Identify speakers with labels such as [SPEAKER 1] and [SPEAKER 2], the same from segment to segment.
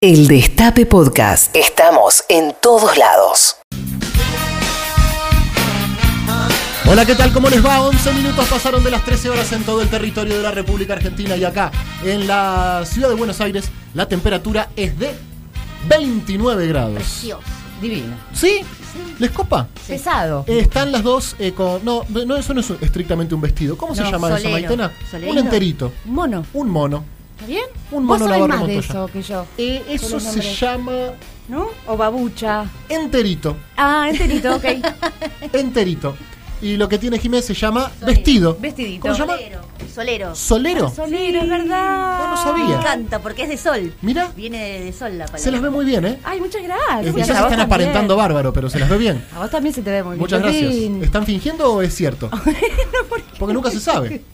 [SPEAKER 1] El Destape Podcast. Estamos en todos lados.
[SPEAKER 2] Hola, ¿qué tal? ¿Cómo les va? 11 minutos pasaron de las 13 horas en todo el territorio de la República Argentina y acá en la ciudad de Buenos Aires la temperatura es de 29 grados.
[SPEAKER 3] Precioso, divino.
[SPEAKER 2] ¿Sí? ¿Les copa?
[SPEAKER 3] Pesado.
[SPEAKER 2] Eh, están las dos eh, con... No, no, eso no es estrictamente un vestido. ¿Cómo se
[SPEAKER 3] No,
[SPEAKER 2] llama eso,
[SPEAKER 3] solero.
[SPEAKER 2] Maitena?
[SPEAKER 3] ¿Solero?
[SPEAKER 2] Un enterito.
[SPEAKER 3] Mono.
[SPEAKER 2] Un mono.
[SPEAKER 3] ¿Está bien?
[SPEAKER 2] Un
[SPEAKER 3] Vos
[SPEAKER 2] mono
[SPEAKER 3] sabés
[SPEAKER 2] Navarro
[SPEAKER 3] más de
[SPEAKER 2] Montoya.
[SPEAKER 3] eso que yo,
[SPEAKER 2] Eh, eso
[SPEAKER 3] los
[SPEAKER 2] se
[SPEAKER 3] nombres.
[SPEAKER 2] llama
[SPEAKER 3] ¿no? O babucha.
[SPEAKER 2] enterito.
[SPEAKER 3] Ah, enterito, ok.
[SPEAKER 2] Enterito. Y lo que tiene Jiménez se llama vestido.
[SPEAKER 3] Vestidito.
[SPEAKER 2] ¿Cómo se llama?
[SPEAKER 4] Solero. Solero.
[SPEAKER 2] Solero.
[SPEAKER 3] Solero, es verdad.
[SPEAKER 2] No, no
[SPEAKER 4] Me
[SPEAKER 2] sabía.
[SPEAKER 4] encanta porque es de sol.
[SPEAKER 2] Mira,
[SPEAKER 4] Viene de, de sol la palabra.
[SPEAKER 2] se las ve muy bien, ¿eh?
[SPEAKER 3] Ay, muchas gracias.
[SPEAKER 2] Eh, quizás
[SPEAKER 3] A vos
[SPEAKER 2] están
[SPEAKER 3] también.
[SPEAKER 2] aparentando bárbaro, pero se las ve bien.
[SPEAKER 3] A vos también se te ve muy bien.
[SPEAKER 2] Muchas gracias.
[SPEAKER 3] Pepín.
[SPEAKER 2] ¿Están fingiendo o es cierto? Porque nunca se sabe.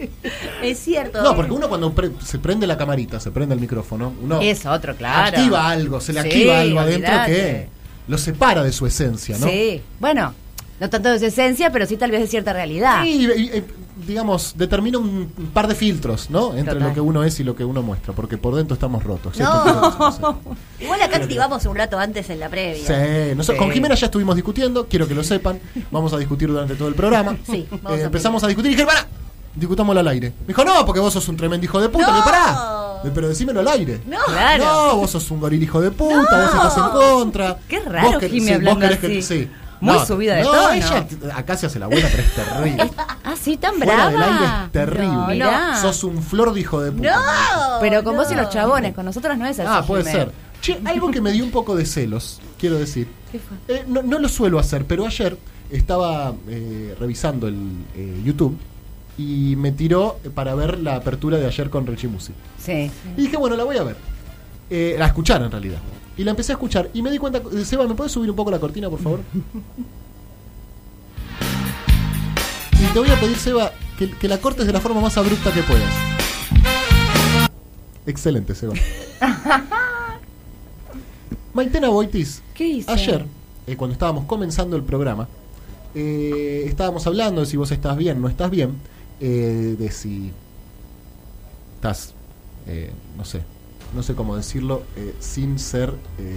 [SPEAKER 4] Es cierto.
[SPEAKER 2] No, porque uno cuando pre- se prende la camarita, se prende el micrófono, uno
[SPEAKER 3] Es otro, claro.
[SPEAKER 2] activa algo, se le
[SPEAKER 3] Sí,
[SPEAKER 2] activa algo adentro
[SPEAKER 3] olvidate.
[SPEAKER 2] que lo separa de su esencia, ¿no?
[SPEAKER 3] Sí. Bueno, no tanto de su esencia, pero sí tal vez de cierta realidad.
[SPEAKER 2] Y, y, eh, digamos, determina un par de filtros, ¿no? Entre
[SPEAKER 3] Total.
[SPEAKER 2] lo que uno es y lo que uno muestra, porque por dentro estamos rotos. ¿cierto?
[SPEAKER 4] No. Igual acá activamos un rato antes en la previa.
[SPEAKER 2] Sí, nosotros-
[SPEAKER 3] Sí.
[SPEAKER 2] con Jimena ya estuvimos discutiendo, quiero que lo sepan. Vamos a discutir durante todo el programa.
[SPEAKER 4] Sí, vamos
[SPEAKER 2] Eh,
[SPEAKER 4] a
[SPEAKER 2] empezamos a discutir y dije, pará, discutámoslo al aire. Me dijo, no, porque vos sos un tremendo hijo de puta. Le
[SPEAKER 4] No.
[SPEAKER 2] dije, pará, Le- pero decímelo al aire.
[SPEAKER 4] No.
[SPEAKER 3] Claro.
[SPEAKER 2] No, vos sos un goril hijo de puta, vos estás en contra.
[SPEAKER 3] Qué raro,
[SPEAKER 2] Vos que-
[SPEAKER 3] Jimmy,
[SPEAKER 2] sí, vos
[SPEAKER 3] hablando
[SPEAKER 2] querés que-
[SPEAKER 3] así.
[SPEAKER 2] sí.
[SPEAKER 3] Muy
[SPEAKER 2] No,
[SPEAKER 3] subida de
[SPEAKER 2] no,
[SPEAKER 3] tono.
[SPEAKER 2] ella t- acá se hace la buena, pero es terrible.
[SPEAKER 3] Ah, sí, tan
[SPEAKER 2] Fuera del aire
[SPEAKER 3] brava.
[SPEAKER 2] es terrible.
[SPEAKER 3] No, mirá.
[SPEAKER 2] Sos un flor de hijo de puta.
[SPEAKER 4] No.
[SPEAKER 3] Pero con vos y
[SPEAKER 4] no.
[SPEAKER 3] los chabones, con nosotros no es así.
[SPEAKER 2] Ah, puede
[SPEAKER 3] Jimé.
[SPEAKER 2] ser. Che, algo que me dio un poco de celos, quiero decir.
[SPEAKER 3] ¿Qué fue?
[SPEAKER 2] Eh, no, no lo suelo hacer, pero ayer estaba eh, revisando el eh, YouTube y me tiró eh, para ver la apertura de ayer con Richie Musi.
[SPEAKER 3] Sí.
[SPEAKER 2] Y dije, bueno, la voy a ver. Eh, la escuchar en realidad. Y la empecé a escuchar y me di cuenta. eh, Seba, ¿me puedes subir un poco la cortina, por favor? y te voy a pedir, Seba, que, que la cortes de la forma más abrupta que puedas. Excelente, Seba. Maitena Boitis,
[SPEAKER 3] ¿Qué hice?
[SPEAKER 2] ayer, eh, cuando estábamos comenzando el programa, eh, estábamos hablando de si vos estás bien, no estás bien, eh, de si estás, eh, no sé, no sé cómo decirlo, eh, sin ser, eh,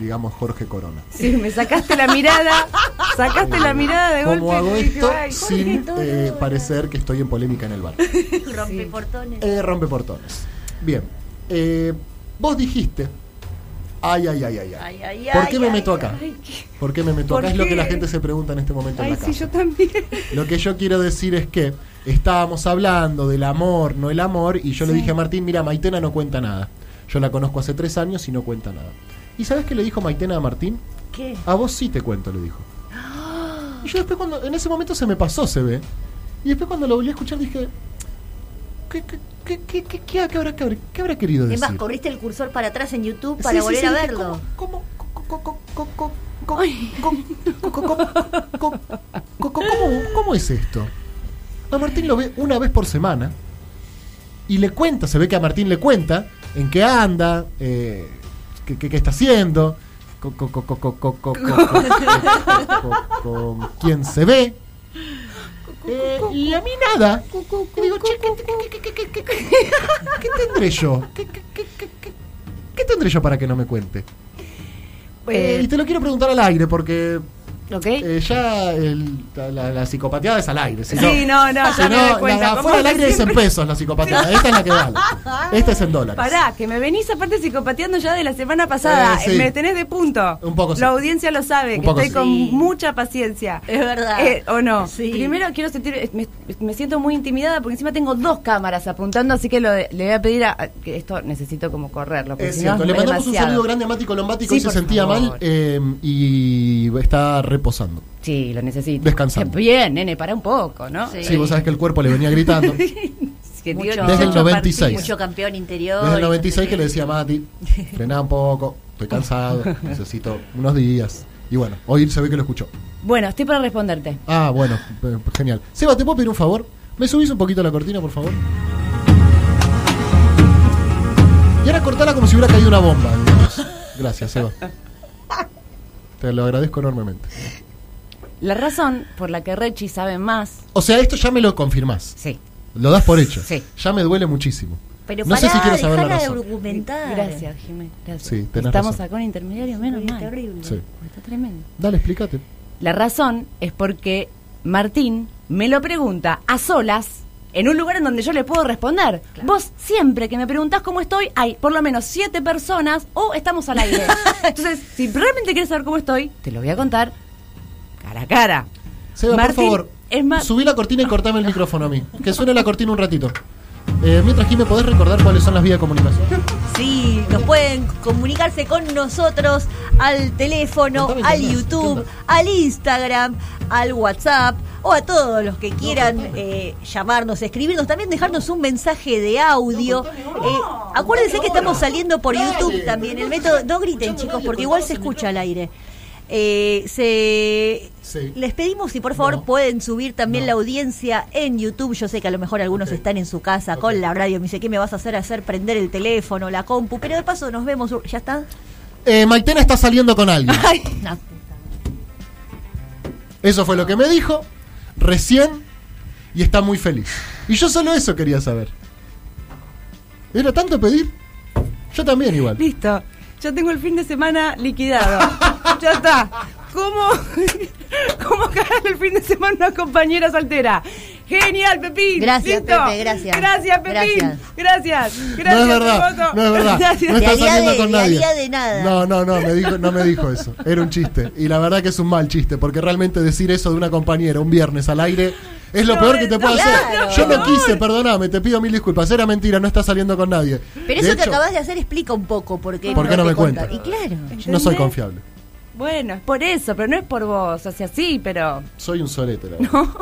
[SPEAKER 2] digamos, Jorge Corona.
[SPEAKER 3] Sí, me sacaste la mirada. Sacaste la mirada de
[SPEAKER 2] ¿Cómo
[SPEAKER 3] golpe.
[SPEAKER 2] hago
[SPEAKER 3] y dije,
[SPEAKER 2] esto
[SPEAKER 3] "Ay, Jorge,
[SPEAKER 2] sin
[SPEAKER 3] todo".
[SPEAKER 2] eh, parecer que estoy en polémica en el bar?
[SPEAKER 4] Rompe portones.
[SPEAKER 2] Eh, rompe portones. Bien. Eh, vos dijiste. Ay, ay, ay, ay, ay.
[SPEAKER 4] Ay, ay,
[SPEAKER 2] ¿Por
[SPEAKER 4] ay,
[SPEAKER 2] qué me
[SPEAKER 4] ay,
[SPEAKER 2] meto
[SPEAKER 4] ay.
[SPEAKER 2] acá?
[SPEAKER 3] Ay, qué-
[SPEAKER 2] ¿Por qué me meto
[SPEAKER 3] ¿Por
[SPEAKER 2] acá? Es lo
[SPEAKER 3] qué?
[SPEAKER 2] que la gente se pregunta en este momento en
[SPEAKER 3] Ay,
[SPEAKER 2] la
[SPEAKER 3] sí,
[SPEAKER 2] casa.
[SPEAKER 3] yo también.
[SPEAKER 2] Lo que yo quiero decir es que estábamos hablando del amor, no el amor, y yo le dije a Martín, mira, Maitena no cuenta nada. Yo la conozco hace tres años y no cuenta nada. ¿Y sabes qué le dijo Maitena a Martín?
[SPEAKER 4] ¿Qué?
[SPEAKER 2] A vos sí te cuento, le dijo. Y yo después cuando, en ese momento se me pasó, se ve. Y después cuando lo volví a escuchar dije, ¿qué, qué, qué, qué, qué- qué- qué habrá, qué habrá- qué habrá querido
[SPEAKER 4] Es
[SPEAKER 2] decir?
[SPEAKER 4] más, corriste el cursor para atrás en YouTube
[SPEAKER 2] Sí,
[SPEAKER 4] para
[SPEAKER 2] sí,
[SPEAKER 4] volver
[SPEAKER 2] sí,
[SPEAKER 4] a
[SPEAKER 2] dije,
[SPEAKER 4] verlo.
[SPEAKER 2] ¿Cómo? cómo, cómo, cómo, cómo, cómo, cómo, cómo, cómo, cómo, cómo, cómo- ¿Cómo es esto? A Martín lo ve una vez por semana y le cuenta, se ve que a Martín le cuenta en qué anda, eh, qué, qué- qué está haciendo, co- co- co- co- co- co- co- co- co- co- con quién se ve. Eh, y a mí nada. Y digo, che, ¿qué, qué- qué- qué- qué- qué- qué- qué tendré yo? ¿Qué, qué- qué- qué- qué- qué tendré yo para que no me cuente? Eh, y te lo quiero preguntar al aire porque
[SPEAKER 3] ¿Ok?
[SPEAKER 2] eh, ya el- la, la psicopateada es al aire. Si
[SPEAKER 3] sí,
[SPEAKER 2] no,
[SPEAKER 3] no, no, ya
[SPEAKER 2] si no,
[SPEAKER 3] me doy
[SPEAKER 2] la-
[SPEAKER 3] cuenta.
[SPEAKER 2] la
[SPEAKER 3] Como
[SPEAKER 2] fuera del
[SPEAKER 3] que
[SPEAKER 2] aire es en
[SPEAKER 3] siempre-
[SPEAKER 2] pesos la psicopateada. Esta es la que vale. Esta es en dólares.
[SPEAKER 3] Pará, que me venís aparte psicopateando ya de la semana pasada.
[SPEAKER 2] Eh, sí.
[SPEAKER 3] Me tenés de punto.
[SPEAKER 2] Un poco sí.
[SPEAKER 3] La audiencia lo sabe,
[SPEAKER 2] Un
[SPEAKER 3] que
[SPEAKER 2] poco
[SPEAKER 3] estoy
[SPEAKER 2] sí.
[SPEAKER 3] con
[SPEAKER 4] Sí.
[SPEAKER 3] mucha paciencia.
[SPEAKER 4] Es verdad.
[SPEAKER 3] Eh, ¿O no?
[SPEAKER 4] Sí.
[SPEAKER 3] Primero quiero sentir, eh, me, me siento muy intimidada porque encima tengo dos cámaras apuntando, así que lo de- le voy a pedir a, a- que esto necesito como correrlo. porque
[SPEAKER 2] Es
[SPEAKER 3] si no
[SPEAKER 2] cierto, le
[SPEAKER 3] es
[SPEAKER 2] mandamos un
[SPEAKER 3] demasiado.
[SPEAKER 2] saludo grande a Mati Colombati que
[SPEAKER 3] Sí,
[SPEAKER 2] hoy se
[SPEAKER 3] por
[SPEAKER 2] sentía
[SPEAKER 3] favor.
[SPEAKER 2] mal eh, y está reposando.
[SPEAKER 3] Sí, lo necesito.
[SPEAKER 2] Descansando.
[SPEAKER 3] Bien, nene, para un poco, ¿no?
[SPEAKER 4] Sí.
[SPEAKER 2] Sí. vos sabés que el cuerpo le venía gritando. Desde
[SPEAKER 3] Es que
[SPEAKER 4] Mucho-
[SPEAKER 3] digo,
[SPEAKER 2] desde el
[SPEAKER 3] yo
[SPEAKER 2] 96.
[SPEAKER 3] partí-
[SPEAKER 4] Mucho campeón interior.
[SPEAKER 2] el 96 que le decía a Mati, frená un poco, estoy cansado, necesito unos días. Y bueno, hoy se ve que lo escuchó.
[SPEAKER 3] Bueno, estoy para responderte.
[SPEAKER 2] Ah, bueno, eh, genial. Seba, ¿te puedo pedir un favor? ¿Me subís un poquito la cortina, por favor? Y ahora cortala como si hubiera caído una bomba. digamos. Gracias, Seba. Te lo agradezco enormemente.
[SPEAKER 3] La razón por la que Rechi sabe más.
[SPEAKER 2] O sea, esto ya me lo confirmás.
[SPEAKER 3] Sí.
[SPEAKER 2] Lo das por hecho.
[SPEAKER 3] Sí.
[SPEAKER 2] Ya me duele muchísimo.
[SPEAKER 4] Pero
[SPEAKER 2] No sé
[SPEAKER 4] pará,
[SPEAKER 2] si quiero saber la
[SPEAKER 4] dejala de
[SPEAKER 2] razón.
[SPEAKER 4] argumentar.
[SPEAKER 3] Gracias, Jiménez. Gracias.
[SPEAKER 2] Sí, tenés
[SPEAKER 3] Estamos
[SPEAKER 2] razón.
[SPEAKER 3] acá en intermediario, menos
[SPEAKER 4] Está
[SPEAKER 3] mal.
[SPEAKER 4] horrible.
[SPEAKER 2] Sí.
[SPEAKER 3] Está tremendo.
[SPEAKER 2] Dale, explícate.
[SPEAKER 3] La razón es porque Martín me lo pregunta a solas en un lugar en donde yo le puedo responder. Vos siempre que me preguntás cómo estoy, hay por lo menos siete personas o estamos al aire. Entonces, si realmente quieres saber cómo estoy, te lo voy a contar cara a cara.
[SPEAKER 2] Seba,
[SPEAKER 3] Martín,
[SPEAKER 2] por favor,
[SPEAKER 3] es más-
[SPEAKER 2] subí la cortina y cortame el micrófono a mí. Que suene la cortina un ratito. Eh, mientras aquí me podés recordar cuáles son las vías de comunicación.
[SPEAKER 4] Sí, nos pueden comunicarse con nosotros al teléfono,
[SPEAKER 2] Contame,
[SPEAKER 4] al
[SPEAKER 2] contame,
[SPEAKER 4] YouTube,
[SPEAKER 2] contame.
[SPEAKER 4] al Instagram, al WhatsApp o a todos los que quieran eh, llamarnos, escribirnos, también dejarnos un mensaje de audio. Eh, acuérdense que estamos saliendo por YouTube también. El método, no griten chicos, porque igual se escucha al aire. Eh, se
[SPEAKER 2] Sí.
[SPEAKER 4] les pedimos si por favor
[SPEAKER 2] No.
[SPEAKER 4] pueden subir también
[SPEAKER 2] No.
[SPEAKER 4] la audiencia en YouTube. Yo sé que a lo mejor algunos
[SPEAKER 2] Ok.
[SPEAKER 4] están en su casa
[SPEAKER 2] Ok.
[SPEAKER 4] con la radio. Me dice, ¿qué me vas a hacer? Hacer prender el teléfono, la compu. Pero de paso nos vemos. ¿Ya está?
[SPEAKER 2] Eh, Maitena está saliendo con alguien.
[SPEAKER 4] No.
[SPEAKER 2] Eso fue lo que me dijo recién y está muy feliz. Y yo solo eso quería saber. ¿Era tanto pedir? Yo también igual.
[SPEAKER 3] Listo. Yo tengo el fin de semana liquidado. ya está. ¿Cómo, ¿Cómo cagar el fin de semana a una compañera soltera? Genial, Pepín.
[SPEAKER 5] Gracias,
[SPEAKER 3] Listo.
[SPEAKER 5] Pepe, gracias.
[SPEAKER 3] Gracias, Pepín. Gracias.
[SPEAKER 2] No es
[SPEAKER 3] Gracias. Pepoto.
[SPEAKER 2] verdad, no es verdad.
[SPEAKER 3] Gracias.
[SPEAKER 2] No está
[SPEAKER 4] haría
[SPEAKER 2] saliendo
[SPEAKER 4] de-
[SPEAKER 2] con
[SPEAKER 4] le
[SPEAKER 2] nadie.
[SPEAKER 4] haría de nada.
[SPEAKER 2] No, no, no, me dijo, no me dijo eso. Era un chiste. Y la verdad que es un mal chiste, porque realmente decir eso de una compañera un viernes al aire es lo
[SPEAKER 3] No,
[SPEAKER 2] peor que te
[SPEAKER 3] no,
[SPEAKER 2] puede
[SPEAKER 4] claro.
[SPEAKER 2] hacer. Yo no quise, perdoname, te pido mil disculpas. Era mentira, no está saliendo con nadie.
[SPEAKER 4] Pero
[SPEAKER 2] De
[SPEAKER 4] eso que
[SPEAKER 2] hecho,
[SPEAKER 4] acabas de hacer explica un poco por qué,
[SPEAKER 2] ¿Por qué no
[SPEAKER 4] te
[SPEAKER 2] me
[SPEAKER 4] cuentan.
[SPEAKER 2] cuentan?
[SPEAKER 4] Y claro.
[SPEAKER 2] No soy
[SPEAKER 3] ¿Entendés?
[SPEAKER 2] confiable.
[SPEAKER 3] Bueno, es por eso, pero no es por vos. O sea, sí, pero.
[SPEAKER 2] Soy un solete, la verdad.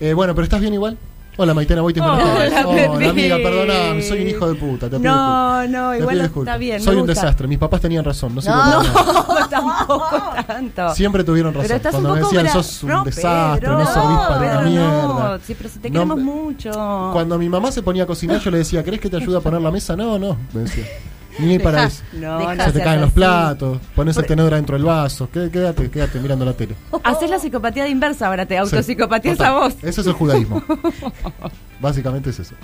[SPEAKER 2] Eh, bueno, pero ¿estás bien igual? Hola, Maitena Boites, buenas
[SPEAKER 3] Hola,
[SPEAKER 2] tardes.
[SPEAKER 3] Pepi.
[SPEAKER 2] Hola, Oh, amiga, perdóname, soy un hijo de puta. Te pido
[SPEAKER 3] No,
[SPEAKER 2] disculpas.
[SPEAKER 3] no,
[SPEAKER 2] Te
[SPEAKER 3] igual
[SPEAKER 2] pido
[SPEAKER 3] está
[SPEAKER 2] disculpas.
[SPEAKER 3] bien, me
[SPEAKER 2] Soy un
[SPEAKER 3] gusta.
[SPEAKER 2] desastre, mis papás tenían razón. No, sirvo para
[SPEAKER 4] No.
[SPEAKER 2] nada.
[SPEAKER 3] No, tampoco tanto.
[SPEAKER 2] Siempre tuvieron razón.
[SPEAKER 3] Pero estás
[SPEAKER 2] Cuando
[SPEAKER 3] un
[SPEAKER 2] me
[SPEAKER 3] poco
[SPEAKER 2] decían,
[SPEAKER 3] bra-
[SPEAKER 2] sos un
[SPEAKER 3] No,
[SPEAKER 2] desastre,
[SPEAKER 3] Pedro,
[SPEAKER 2] no servís para
[SPEAKER 3] Pedro,
[SPEAKER 2] una
[SPEAKER 3] no.
[SPEAKER 2] mierda.
[SPEAKER 3] Sí, pero si te
[SPEAKER 2] No,
[SPEAKER 3] queremos
[SPEAKER 2] me-
[SPEAKER 3] mucho.
[SPEAKER 2] Cuando mi mamá se ponía a cocinar, yo le decía, ¿crees que te ayuda a poner la mesa? No, no, me decía. Ni para eso.
[SPEAKER 3] No,
[SPEAKER 5] Dejá.
[SPEAKER 3] no
[SPEAKER 2] Se te
[SPEAKER 3] seas
[SPEAKER 2] caen los
[SPEAKER 3] así.
[SPEAKER 2] platos, pones el tenedor dentro del vaso. Qué- Quédate, quédate mirando la tele.
[SPEAKER 3] Haces la psicopatía de inversa ahora, te
[SPEAKER 2] Sí,
[SPEAKER 3] autopsicopatías
[SPEAKER 2] total.
[SPEAKER 3] a vos.
[SPEAKER 2] Ese es el judaísmo. Básicamente es eso.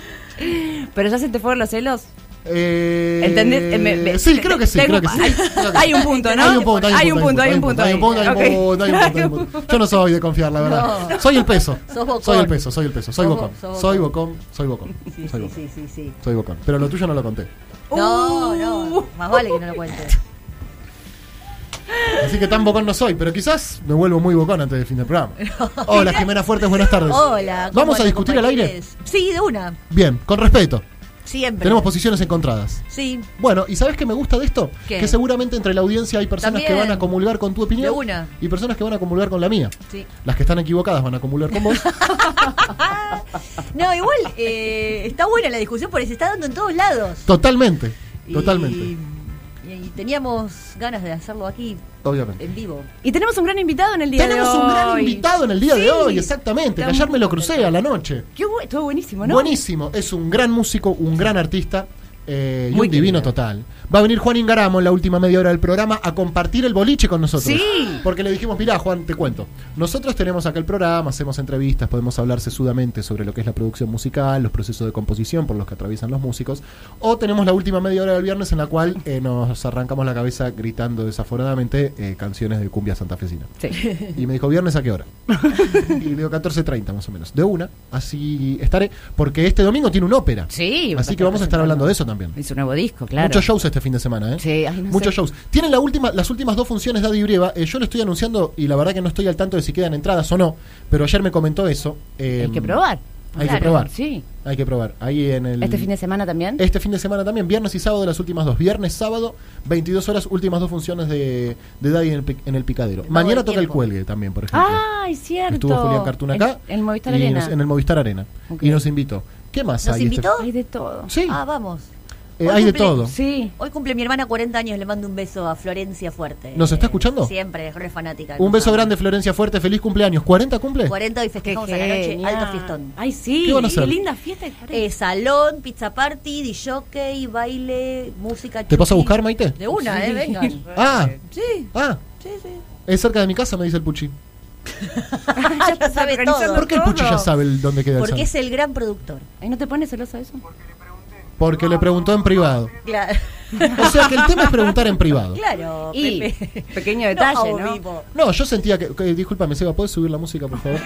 [SPEAKER 3] Pero ya se te fueron los celos.
[SPEAKER 2] Eh,
[SPEAKER 3] ¿Entendés? Eh, me- me-
[SPEAKER 2] sí,
[SPEAKER 3] te-
[SPEAKER 2] creo que sí,
[SPEAKER 3] tengo-
[SPEAKER 2] creo que sí.
[SPEAKER 3] hay-
[SPEAKER 2] Creo que
[SPEAKER 3] hay
[SPEAKER 2] sí.
[SPEAKER 3] un punto, ¿no?
[SPEAKER 2] Hay un punto, hay un punto, hay un punto, hay un punto, hay un punto, hay un punto,
[SPEAKER 3] ahí.
[SPEAKER 2] hay un punto, hay un
[SPEAKER 3] Ok.
[SPEAKER 2] punto. Yo no soy de confiar, la verdad. Soy el peso.
[SPEAKER 4] Sos bocón.
[SPEAKER 2] Soy el peso, soy el peso, soy
[SPEAKER 4] Sos
[SPEAKER 2] bocón.
[SPEAKER 4] bo- sos
[SPEAKER 2] Soy bocón, soy bocón. Soy
[SPEAKER 4] Sí, sí,
[SPEAKER 2] bocón.
[SPEAKER 4] sí, sí, sí.
[SPEAKER 2] Soy bocón. Pero lo tuyo no lo conté.
[SPEAKER 4] No, no. Más vale que no lo cuentes.
[SPEAKER 2] Así que tan bocón no soy, pero quizás me vuelvo muy bocón antes del fin del programa. Hola, Jimena Fuertes, buenas tardes.
[SPEAKER 4] Hola. ¿cómo
[SPEAKER 2] ¿Vamos a
[SPEAKER 4] andan,
[SPEAKER 2] discutir al aire?
[SPEAKER 4] compañeros? Sí, de una.
[SPEAKER 2] Bien, con respeto.
[SPEAKER 4] Siempre.
[SPEAKER 2] Tenemos posiciones encontradas.
[SPEAKER 4] Sí,
[SPEAKER 2] Bueno, ¿y sabes qué me gusta de esto?
[SPEAKER 4] ¿Qué?
[SPEAKER 2] Que seguramente entre la audiencia hay personas que
[SPEAKER 4] También.
[SPEAKER 2] van a comulgar con tu opinión
[SPEAKER 4] De una.
[SPEAKER 2] y personas que van a comulgar con la mía.
[SPEAKER 4] sí.
[SPEAKER 2] Las que están equivocadas van a comulgar con vos.
[SPEAKER 4] No, igual eh, está buena la discusión porque se está dando en todos lados.
[SPEAKER 2] Totalmente,
[SPEAKER 4] Y-
[SPEAKER 2] totalmente,
[SPEAKER 4] Y, y teníamos ganas de hacerlo aquí,
[SPEAKER 2] obviamente.
[SPEAKER 4] en vivo.
[SPEAKER 3] Y tenemos un gran invitado en el día de hoy.
[SPEAKER 2] Tenemos un gran invitado en el día de hoy, exactamente. que
[SPEAKER 3] Estamos
[SPEAKER 2] ayer me lo
[SPEAKER 3] contentos.
[SPEAKER 2] crucé a la noche.
[SPEAKER 3] Qué bu- estuvo buenísimo, ¿no?
[SPEAKER 2] Buenísimo, es un gran músico, un gran artista eh, y
[SPEAKER 3] Muy
[SPEAKER 2] un divino
[SPEAKER 3] querido.
[SPEAKER 2] total. Va a venir Juan Ingaramo en la última media hora del programa a compartir el boliche con nosotros.
[SPEAKER 3] Sí.
[SPEAKER 2] Porque le dijimos, mirá Juan, te cuento. Nosotros tenemos acá el programa, hacemos entrevistas, podemos hablar sesudamente sobre lo que es la producción musical, los procesos de composición por los que atraviesan los músicos. O tenemos la última media hora del viernes en la cual eh, nos arrancamos la cabeza gritando desaforadamente eh, canciones de cumbia santafesina.
[SPEAKER 3] Sí.
[SPEAKER 2] Y me dijo, ¿viernes a qué hora? y le digo, 14.30 más o menos. De una, así estaré. Porque este domingo tiene una ópera.
[SPEAKER 3] Sí,
[SPEAKER 2] Así que vamos a estar hablando de eso también.
[SPEAKER 3] Es un nuevo disco, claro.
[SPEAKER 2] Muchos shows este fin de semana, ¿eh?
[SPEAKER 3] Sí, ay, no
[SPEAKER 2] Muchos
[SPEAKER 3] sé.
[SPEAKER 2] shows. Tienen la última, las últimas dos funciones de Adi Brieva. Eh, yo le estoy anunciando, y la verdad que no estoy al tanto de si quedan entradas o no, pero ayer me comentó eso. Eh,
[SPEAKER 3] Hay que probar.
[SPEAKER 2] Hay
[SPEAKER 3] Claro,
[SPEAKER 2] que probar.
[SPEAKER 3] Sí.
[SPEAKER 2] Hay que probar. Ahí en el.
[SPEAKER 3] Este fin de semana también.
[SPEAKER 2] Este fin de semana también, viernes y sábado, las últimas dos. Viernes, sábado, 22 horas, últimas dos funciones de, de Daddy en el, pic- en el picadero.
[SPEAKER 4] Todo
[SPEAKER 2] Mañana
[SPEAKER 4] el
[SPEAKER 2] toca el
[SPEAKER 4] tiempo.
[SPEAKER 2] cuelgue también, por ejemplo.
[SPEAKER 3] Ay, cierto.
[SPEAKER 2] Estuvo Julián Cartuna acá.
[SPEAKER 3] En, en Movistar
[SPEAKER 2] y
[SPEAKER 3] Arena.
[SPEAKER 2] nos- en el Movistar Arena.
[SPEAKER 3] Ok.
[SPEAKER 2] Y nos invitó. ¿Qué más
[SPEAKER 4] ¿Nos
[SPEAKER 2] hay? este-
[SPEAKER 4] invitó?
[SPEAKER 3] Hay de todo.
[SPEAKER 2] Sí,
[SPEAKER 4] Ah, vamos.
[SPEAKER 2] eh,
[SPEAKER 4] hoy
[SPEAKER 2] hay de
[SPEAKER 4] cumple-
[SPEAKER 2] todo.
[SPEAKER 3] Sí.
[SPEAKER 4] Hoy cumple mi hermana 40 años, le mando un beso a Florencia Fuerte.
[SPEAKER 2] ¿Nos está
[SPEAKER 4] Eh,
[SPEAKER 2] escuchando?
[SPEAKER 4] Siempre, re fanática.
[SPEAKER 2] Un
[SPEAKER 4] nos
[SPEAKER 2] beso
[SPEAKER 4] ama.
[SPEAKER 2] grande, Florencia Fuerte. Feliz cumpleaños. ¿40 cumple?
[SPEAKER 4] 40 y
[SPEAKER 3] Qué
[SPEAKER 4] festejamos a la noche,
[SPEAKER 3] genial.
[SPEAKER 4] alto fiestón.
[SPEAKER 3] Ay, sí.
[SPEAKER 2] ¿Qué van a hacer?
[SPEAKER 3] linda fiesta. de cuarenta.
[SPEAKER 4] Eh, salón, pizza party, dishockey, baile, música.
[SPEAKER 2] ¿Te paso a
[SPEAKER 4] chupi.
[SPEAKER 2] buscar, Maite?
[SPEAKER 4] De una,
[SPEAKER 3] Sí.
[SPEAKER 4] eh, vengan.
[SPEAKER 2] Ah,
[SPEAKER 4] Sí,
[SPEAKER 2] ah.
[SPEAKER 4] sí, sí.
[SPEAKER 2] Es cerca de mi casa, me dice el Puchi.
[SPEAKER 4] ya lo sabe
[SPEAKER 3] organizando
[SPEAKER 4] todo.
[SPEAKER 2] ¿Por qué el Puchi ya sabe el- dónde queda el
[SPEAKER 4] Porque
[SPEAKER 2] salón?
[SPEAKER 4] es el gran productor.
[SPEAKER 3] Ay, ¿no te pones celosa de eso?
[SPEAKER 2] Porque le preguntó en privado.
[SPEAKER 4] Claro.
[SPEAKER 2] O sea que el tema es preguntar en privado.
[SPEAKER 4] Claro,
[SPEAKER 3] Y
[SPEAKER 4] Pepe.
[SPEAKER 3] pequeño detalle, ¿no?
[SPEAKER 4] vivo.
[SPEAKER 2] No, yo sentía que. que- discúlpame, Seba, ¿puedes subir la música, por favor?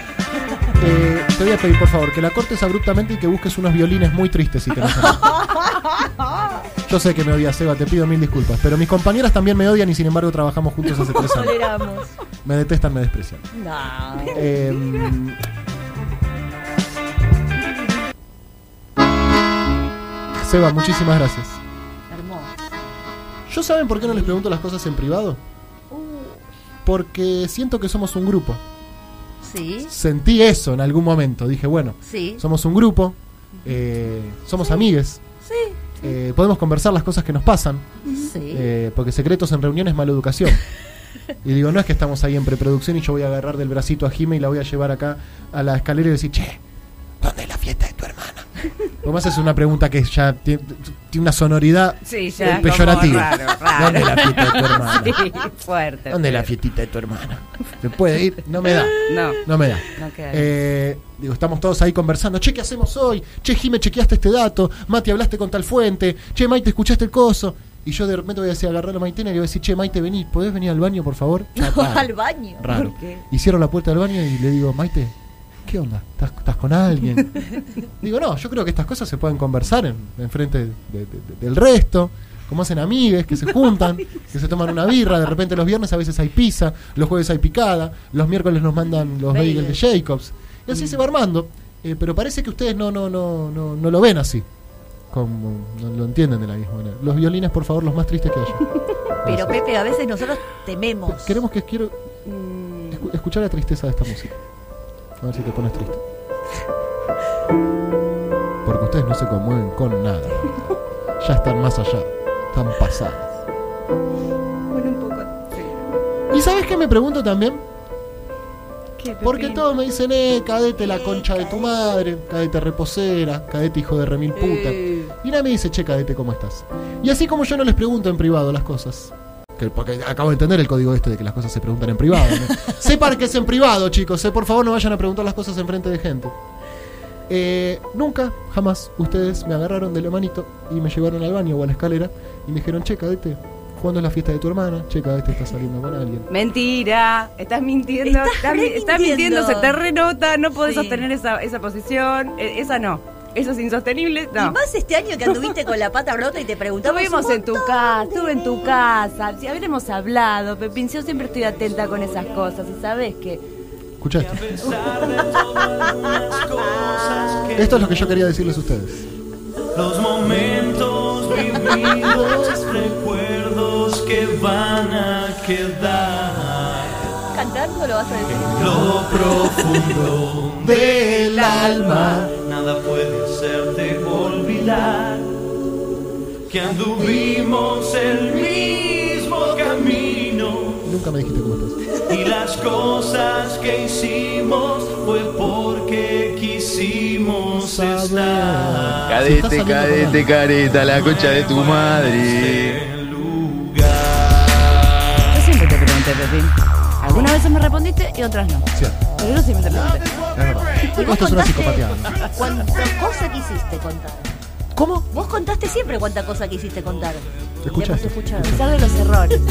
[SPEAKER 2] Eh, te voy a pedir, por favor, que la cortes abruptamente y que busques unos violines muy tristes si tenés a mano. Yo sé que me odias, Seba, te pido mil disculpas. Pero mis compañeras también me odian y sin embargo trabajamos juntos hace tres años.
[SPEAKER 4] Toleramos.
[SPEAKER 2] Me detestan, me desprecian.
[SPEAKER 4] No.
[SPEAKER 2] Em, Seba, muchísimas gracias.
[SPEAKER 4] Hermoso.
[SPEAKER 2] ¿Yo saben por qué no les pregunto las cosas en privado? Porque siento que somos un grupo.
[SPEAKER 4] Sí,
[SPEAKER 2] Sentí eso en algún momento. Dije, bueno,
[SPEAKER 4] sí.
[SPEAKER 2] somos un grupo, eh, somos amigues,
[SPEAKER 4] Sí,
[SPEAKER 2] eh, podemos conversar las cosas que nos pasan,
[SPEAKER 4] sí.
[SPEAKER 2] eh, porque secretos en reuniones es mala educación. Y digo, no es que estamos ahí en preproducción y yo voy a agarrar del bracito a Jime y la voy a llevar acá a la escalera y decir, che, ¿dónde es la fiesta de tu hermana? Lo más es una pregunta que ya tie- tiene una sonoridad
[SPEAKER 3] Sí,
[SPEAKER 2] eh,
[SPEAKER 3] ya. como
[SPEAKER 2] peyorativa.
[SPEAKER 3] raro, raro.
[SPEAKER 2] ¿Dónde es la fiesta de tu hermana?
[SPEAKER 3] Sí, fuerte.
[SPEAKER 2] Ah. ¿Dónde es la fiestita de tu hermana? ¿Se puede ir? No me da.
[SPEAKER 3] No,
[SPEAKER 2] No me da.
[SPEAKER 3] no queda.
[SPEAKER 2] Eh, digo, estamos todos ahí conversando. Che, ¿qué hacemos hoy? Che, Jime, chequeaste este dato. Mati, hablaste con tal fuente. Che, Maite, escuchaste el coso. Y yo de repente voy a decir, agarrar a Maitena y le voy a decir, che, Maite, vení, ¿podés venir al baño, por favor? Ah, raro.
[SPEAKER 4] Al baño.
[SPEAKER 2] Raro.
[SPEAKER 3] ¿Por qué?
[SPEAKER 2] Y cierro la puerta del baño y le digo, Maite, ¿qué onda? ¿Estás, estás con alguien? digo, no, yo creo que estas cosas se pueden conversar en, en frente de- de- de- del resto. Como hacen amigues, que se juntan, que se toman una birra. De repente los viernes a veces hay pizza, los jueves hay picada, los miércoles nos mandan los bagels de Jacobs. Y así se va armando. Eh, pero parece que ustedes no, no, no, no, no lo ven así. Como, no lo entienden de la misma manera. Los violines, por favor, los más tristes que haya.
[SPEAKER 4] Pero
[SPEAKER 2] Gracias.
[SPEAKER 4] Pepe, a veces nosotros tememos.
[SPEAKER 2] Queremos que quiero escu- escuchar la tristeza de esta música. A ver si te pones triste. Porque ustedes no se conmueven con nada. Ya están más allá. Están pasadas. ¿Y sabes qué me pregunto también? Porque todos me dicen, eh, cadete la concha de tu madre, cadete reposera, cadete hijo de remil puta. Y nadie me dice, che, cadete, ¿cómo estás? Y así como yo no les pregunto en privado las cosas. que- porque acabo de entender el código este de que las cosas se preguntan en privado. ¿no? Sepan que es en privado, chicos. eh, por favor, no vayan a preguntar las cosas en frente de gente. Eh, nunca, jamás, ustedes me agarraron de la manito y me llevaron al baño o a la escalera y me dijeron, che, cadete, ¿cuándo es la fiesta de tu hermana? Che, cadete, estás saliendo con alguien.
[SPEAKER 3] Mentira, estás mintiendo,
[SPEAKER 4] Estás
[SPEAKER 3] estás, mi-
[SPEAKER 4] re
[SPEAKER 3] estás mintiendo, se te
[SPEAKER 4] mintiendo.
[SPEAKER 3] renota, no podés
[SPEAKER 4] Sí.
[SPEAKER 3] sostener esa, esa posición, e- esa no, eso es insostenible,
[SPEAKER 4] Y
[SPEAKER 3] no.
[SPEAKER 4] más este año que anduviste con la pata rota y te preguntamos.
[SPEAKER 3] Estuvimos
[SPEAKER 4] un
[SPEAKER 3] en tu
[SPEAKER 4] montón
[SPEAKER 3] casa,
[SPEAKER 4] de
[SPEAKER 3] estuve en tu
[SPEAKER 4] veces.
[SPEAKER 3] casa, si habremos hablado, Pepín, yo siempre estoy atenta con esas cosas, y sabes que
[SPEAKER 2] ¿Escuchaste? Esto es lo que yo quería decirles a ustedes.
[SPEAKER 5] Los momentos vividos, recuerdos que van a quedar.
[SPEAKER 4] Cantando lo vas a decir.
[SPEAKER 5] Lo profundo del alma, nada puede hacerte olvidar que anduvimos el mismo camino
[SPEAKER 2] Nunca me dijiste cómo estás.
[SPEAKER 5] y las cosas que hicimos fue porque quisimos estar.
[SPEAKER 2] Si estás
[SPEAKER 6] Cadete,
[SPEAKER 2] saliendo
[SPEAKER 6] cadete,
[SPEAKER 2] con
[SPEAKER 6] careta, la concha de tu madre.
[SPEAKER 5] Este lugar.
[SPEAKER 3] yo siempre te pregunté, Pepín. Algunas veces me respondiste y otras no,
[SPEAKER 2] Sí, es
[SPEAKER 3] pero yo siempre te pregunté.
[SPEAKER 2] verdad.
[SPEAKER 4] Y vos
[SPEAKER 2] Esto es una
[SPEAKER 4] contaste
[SPEAKER 2] psicopatía. ¿no?
[SPEAKER 4] Cuánta cosa quisiste contar.
[SPEAKER 2] ¿Cómo?
[SPEAKER 4] Vos contaste siempre cuánta cosa quisiste contar.
[SPEAKER 2] Escucha esto.
[SPEAKER 4] Escuchá, a pesar de los errores.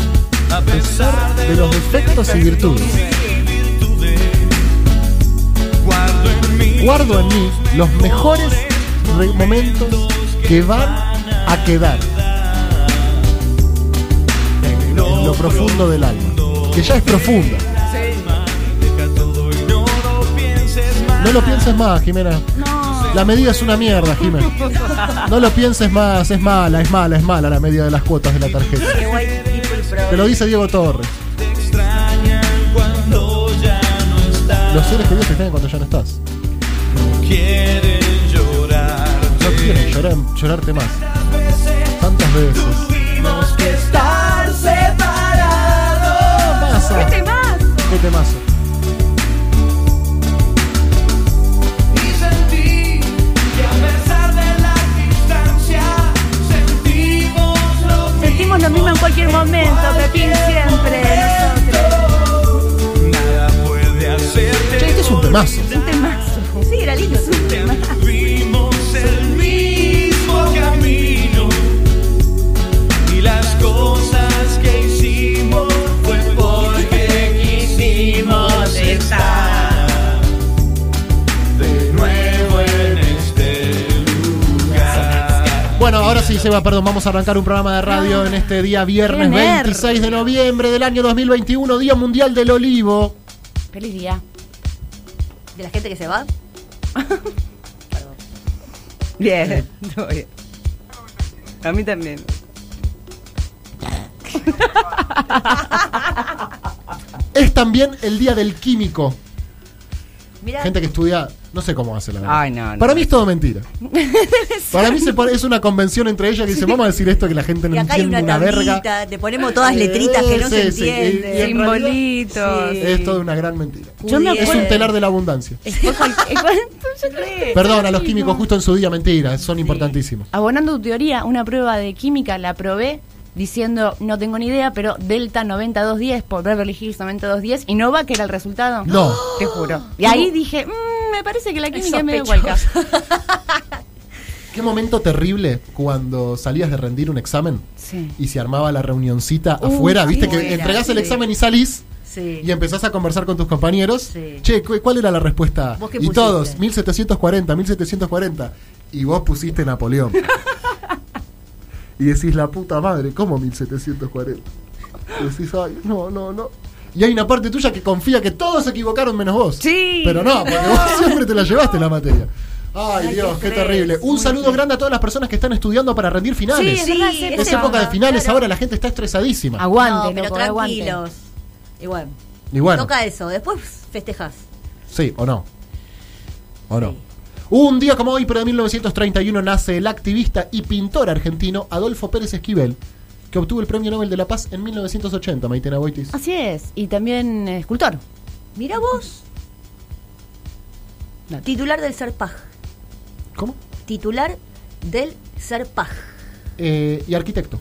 [SPEAKER 5] A pesar
[SPEAKER 2] De los defectos y virtudes.
[SPEAKER 5] Guardo en mí
[SPEAKER 2] Guardo en mí los mejores re- momentos que van a quedar. En lo profundo del alma. Que ya es profunda.
[SPEAKER 5] todo y no lo pienses más.
[SPEAKER 2] No lo pienses más, Jimena. La medida es una mierda, Jimena. No lo pienses más, es mala, es mala, es mala la medida de las cuotas de la tarjeta.
[SPEAKER 4] Qué guay, people
[SPEAKER 2] Te
[SPEAKER 4] pro.
[SPEAKER 2] lo dice Diego Torres.
[SPEAKER 5] Te extrañan cuando ya no estás.
[SPEAKER 2] Los seres que Dios te extraña cuando ya no estás.
[SPEAKER 5] Quieren llorar.
[SPEAKER 2] No quieren llorar, llorarte más. Tantas veces.
[SPEAKER 5] Tuvimos que estar separados.
[SPEAKER 2] Temazo.
[SPEAKER 4] Este-
[SPEAKER 3] más!
[SPEAKER 2] Qué temazo.
[SPEAKER 5] Y sentí que a pesar de la distancia, sentimos lo mismo.
[SPEAKER 3] Sentimos lo mismo en cualquier momento, Pepín, siempre, nosotros.
[SPEAKER 5] Nada puede hacerte.
[SPEAKER 2] Che, este es un temazo.
[SPEAKER 3] Un temazo.
[SPEAKER 4] Sí, era lindo.
[SPEAKER 5] Tuvimos el mismo camino. este
[SPEAKER 2] Seba, perdón, vamos a arrancar un programa de
[SPEAKER 4] Ah.
[SPEAKER 2] radio en este día viernes
[SPEAKER 3] Qué nerd.
[SPEAKER 2] 26 de noviembre del año 2021, Día Mundial del Olivo.
[SPEAKER 3] Feliz día.
[SPEAKER 4] ¿De la gente que se va?
[SPEAKER 3] Bien, todo bien. A mí también.
[SPEAKER 2] Es también el Día del Químico.
[SPEAKER 4] Mira,
[SPEAKER 2] Gente que estudia, no sé cómo hace la verdad.
[SPEAKER 3] Ay, no, no.
[SPEAKER 2] Para mí es todo mentira. Para mí se pone- es una convención entre ellas que dice, vamos a decir esto que la gente no
[SPEAKER 4] y acá hay
[SPEAKER 2] entiende
[SPEAKER 4] una
[SPEAKER 2] una verga.
[SPEAKER 4] tablita, te ponemos todas letritas que no
[SPEAKER 2] Sí,
[SPEAKER 4] se
[SPEAKER 2] sí, y- y en
[SPEAKER 4] entienden.
[SPEAKER 3] Simbolitos.
[SPEAKER 4] Sí.
[SPEAKER 2] Es toda una gran mentira.
[SPEAKER 3] Yo me
[SPEAKER 2] Es
[SPEAKER 3] acuerdo-
[SPEAKER 2] un telar de la abundancia.
[SPEAKER 3] Perdón.
[SPEAKER 2] Perdón, a los químicos justo en su día, mentira, son importantísimos.
[SPEAKER 3] Abonando tu teoría, una prueba de química la probé diciendo, no tengo ni idea, pero Delta 9210 por Beverly Hills 9210 y no va que era el resultado.
[SPEAKER 2] No.
[SPEAKER 3] Te juro. Y ahí dije, "Mm, me parece que la química es medio
[SPEAKER 4] sospechoso.
[SPEAKER 3] huelga.
[SPEAKER 2] Qué momento terrible cuando salías de rendir un examen
[SPEAKER 3] Sí.
[SPEAKER 2] y se armaba la reunioncita
[SPEAKER 3] Uy,
[SPEAKER 2] afuera, viste
[SPEAKER 3] sí,
[SPEAKER 2] que
[SPEAKER 3] era,
[SPEAKER 2] entregás el
[SPEAKER 4] Uh, sí.
[SPEAKER 2] examen y salís
[SPEAKER 4] Sí.
[SPEAKER 2] y empezás a conversar con tus compañeros.
[SPEAKER 4] Sí.
[SPEAKER 2] Che, cu- ¿cuál era la respuesta?
[SPEAKER 4] ¿Vos qué
[SPEAKER 2] Y
[SPEAKER 4] pusiste?
[SPEAKER 2] todos, 1740, 1740. Y vos pusiste Napoleón. y decís, la puta madre, ¿cómo 1740? Y decís, ay, no, no, no. Y hay una parte tuya que confía que todos se equivocaron menos vos.
[SPEAKER 3] Sí.
[SPEAKER 2] Pero no, Ah, porque vos siempre te la llevaste la materia. Ay, Dios, qué, terrible. Un saludo grande a todas las personas que están estudiando para rendir finales.
[SPEAKER 3] Sí,
[SPEAKER 4] verdad, sí,
[SPEAKER 2] es
[SPEAKER 4] ese
[SPEAKER 2] época de
[SPEAKER 4] tema,
[SPEAKER 2] finales,
[SPEAKER 4] claro.
[SPEAKER 2] ahora la gente está estresadísima.
[SPEAKER 3] Aguante,
[SPEAKER 4] no, pero
[SPEAKER 3] loco, aguante.
[SPEAKER 4] tranquilos. Y bueno,
[SPEAKER 2] y bueno,
[SPEAKER 4] toca eso, después festejas.
[SPEAKER 2] sí, o no. O no. Un día como hoy, pero de 1931, nace el activista y pintor argentino Adolfo Pérez Esquivel, que obtuvo el Premio Nobel de la Paz en 1980, Maitena Boitis.
[SPEAKER 3] Así es. Y también eh, escultor.
[SPEAKER 4] Mira vos.
[SPEAKER 3] Dale.
[SPEAKER 4] Titular del Serpaj.
[SPEAKER 2] ¿Cómo?
[SPEAKER 4] Titular del Serpaj.
[SPEAKER 2] Eh, y arquitecto,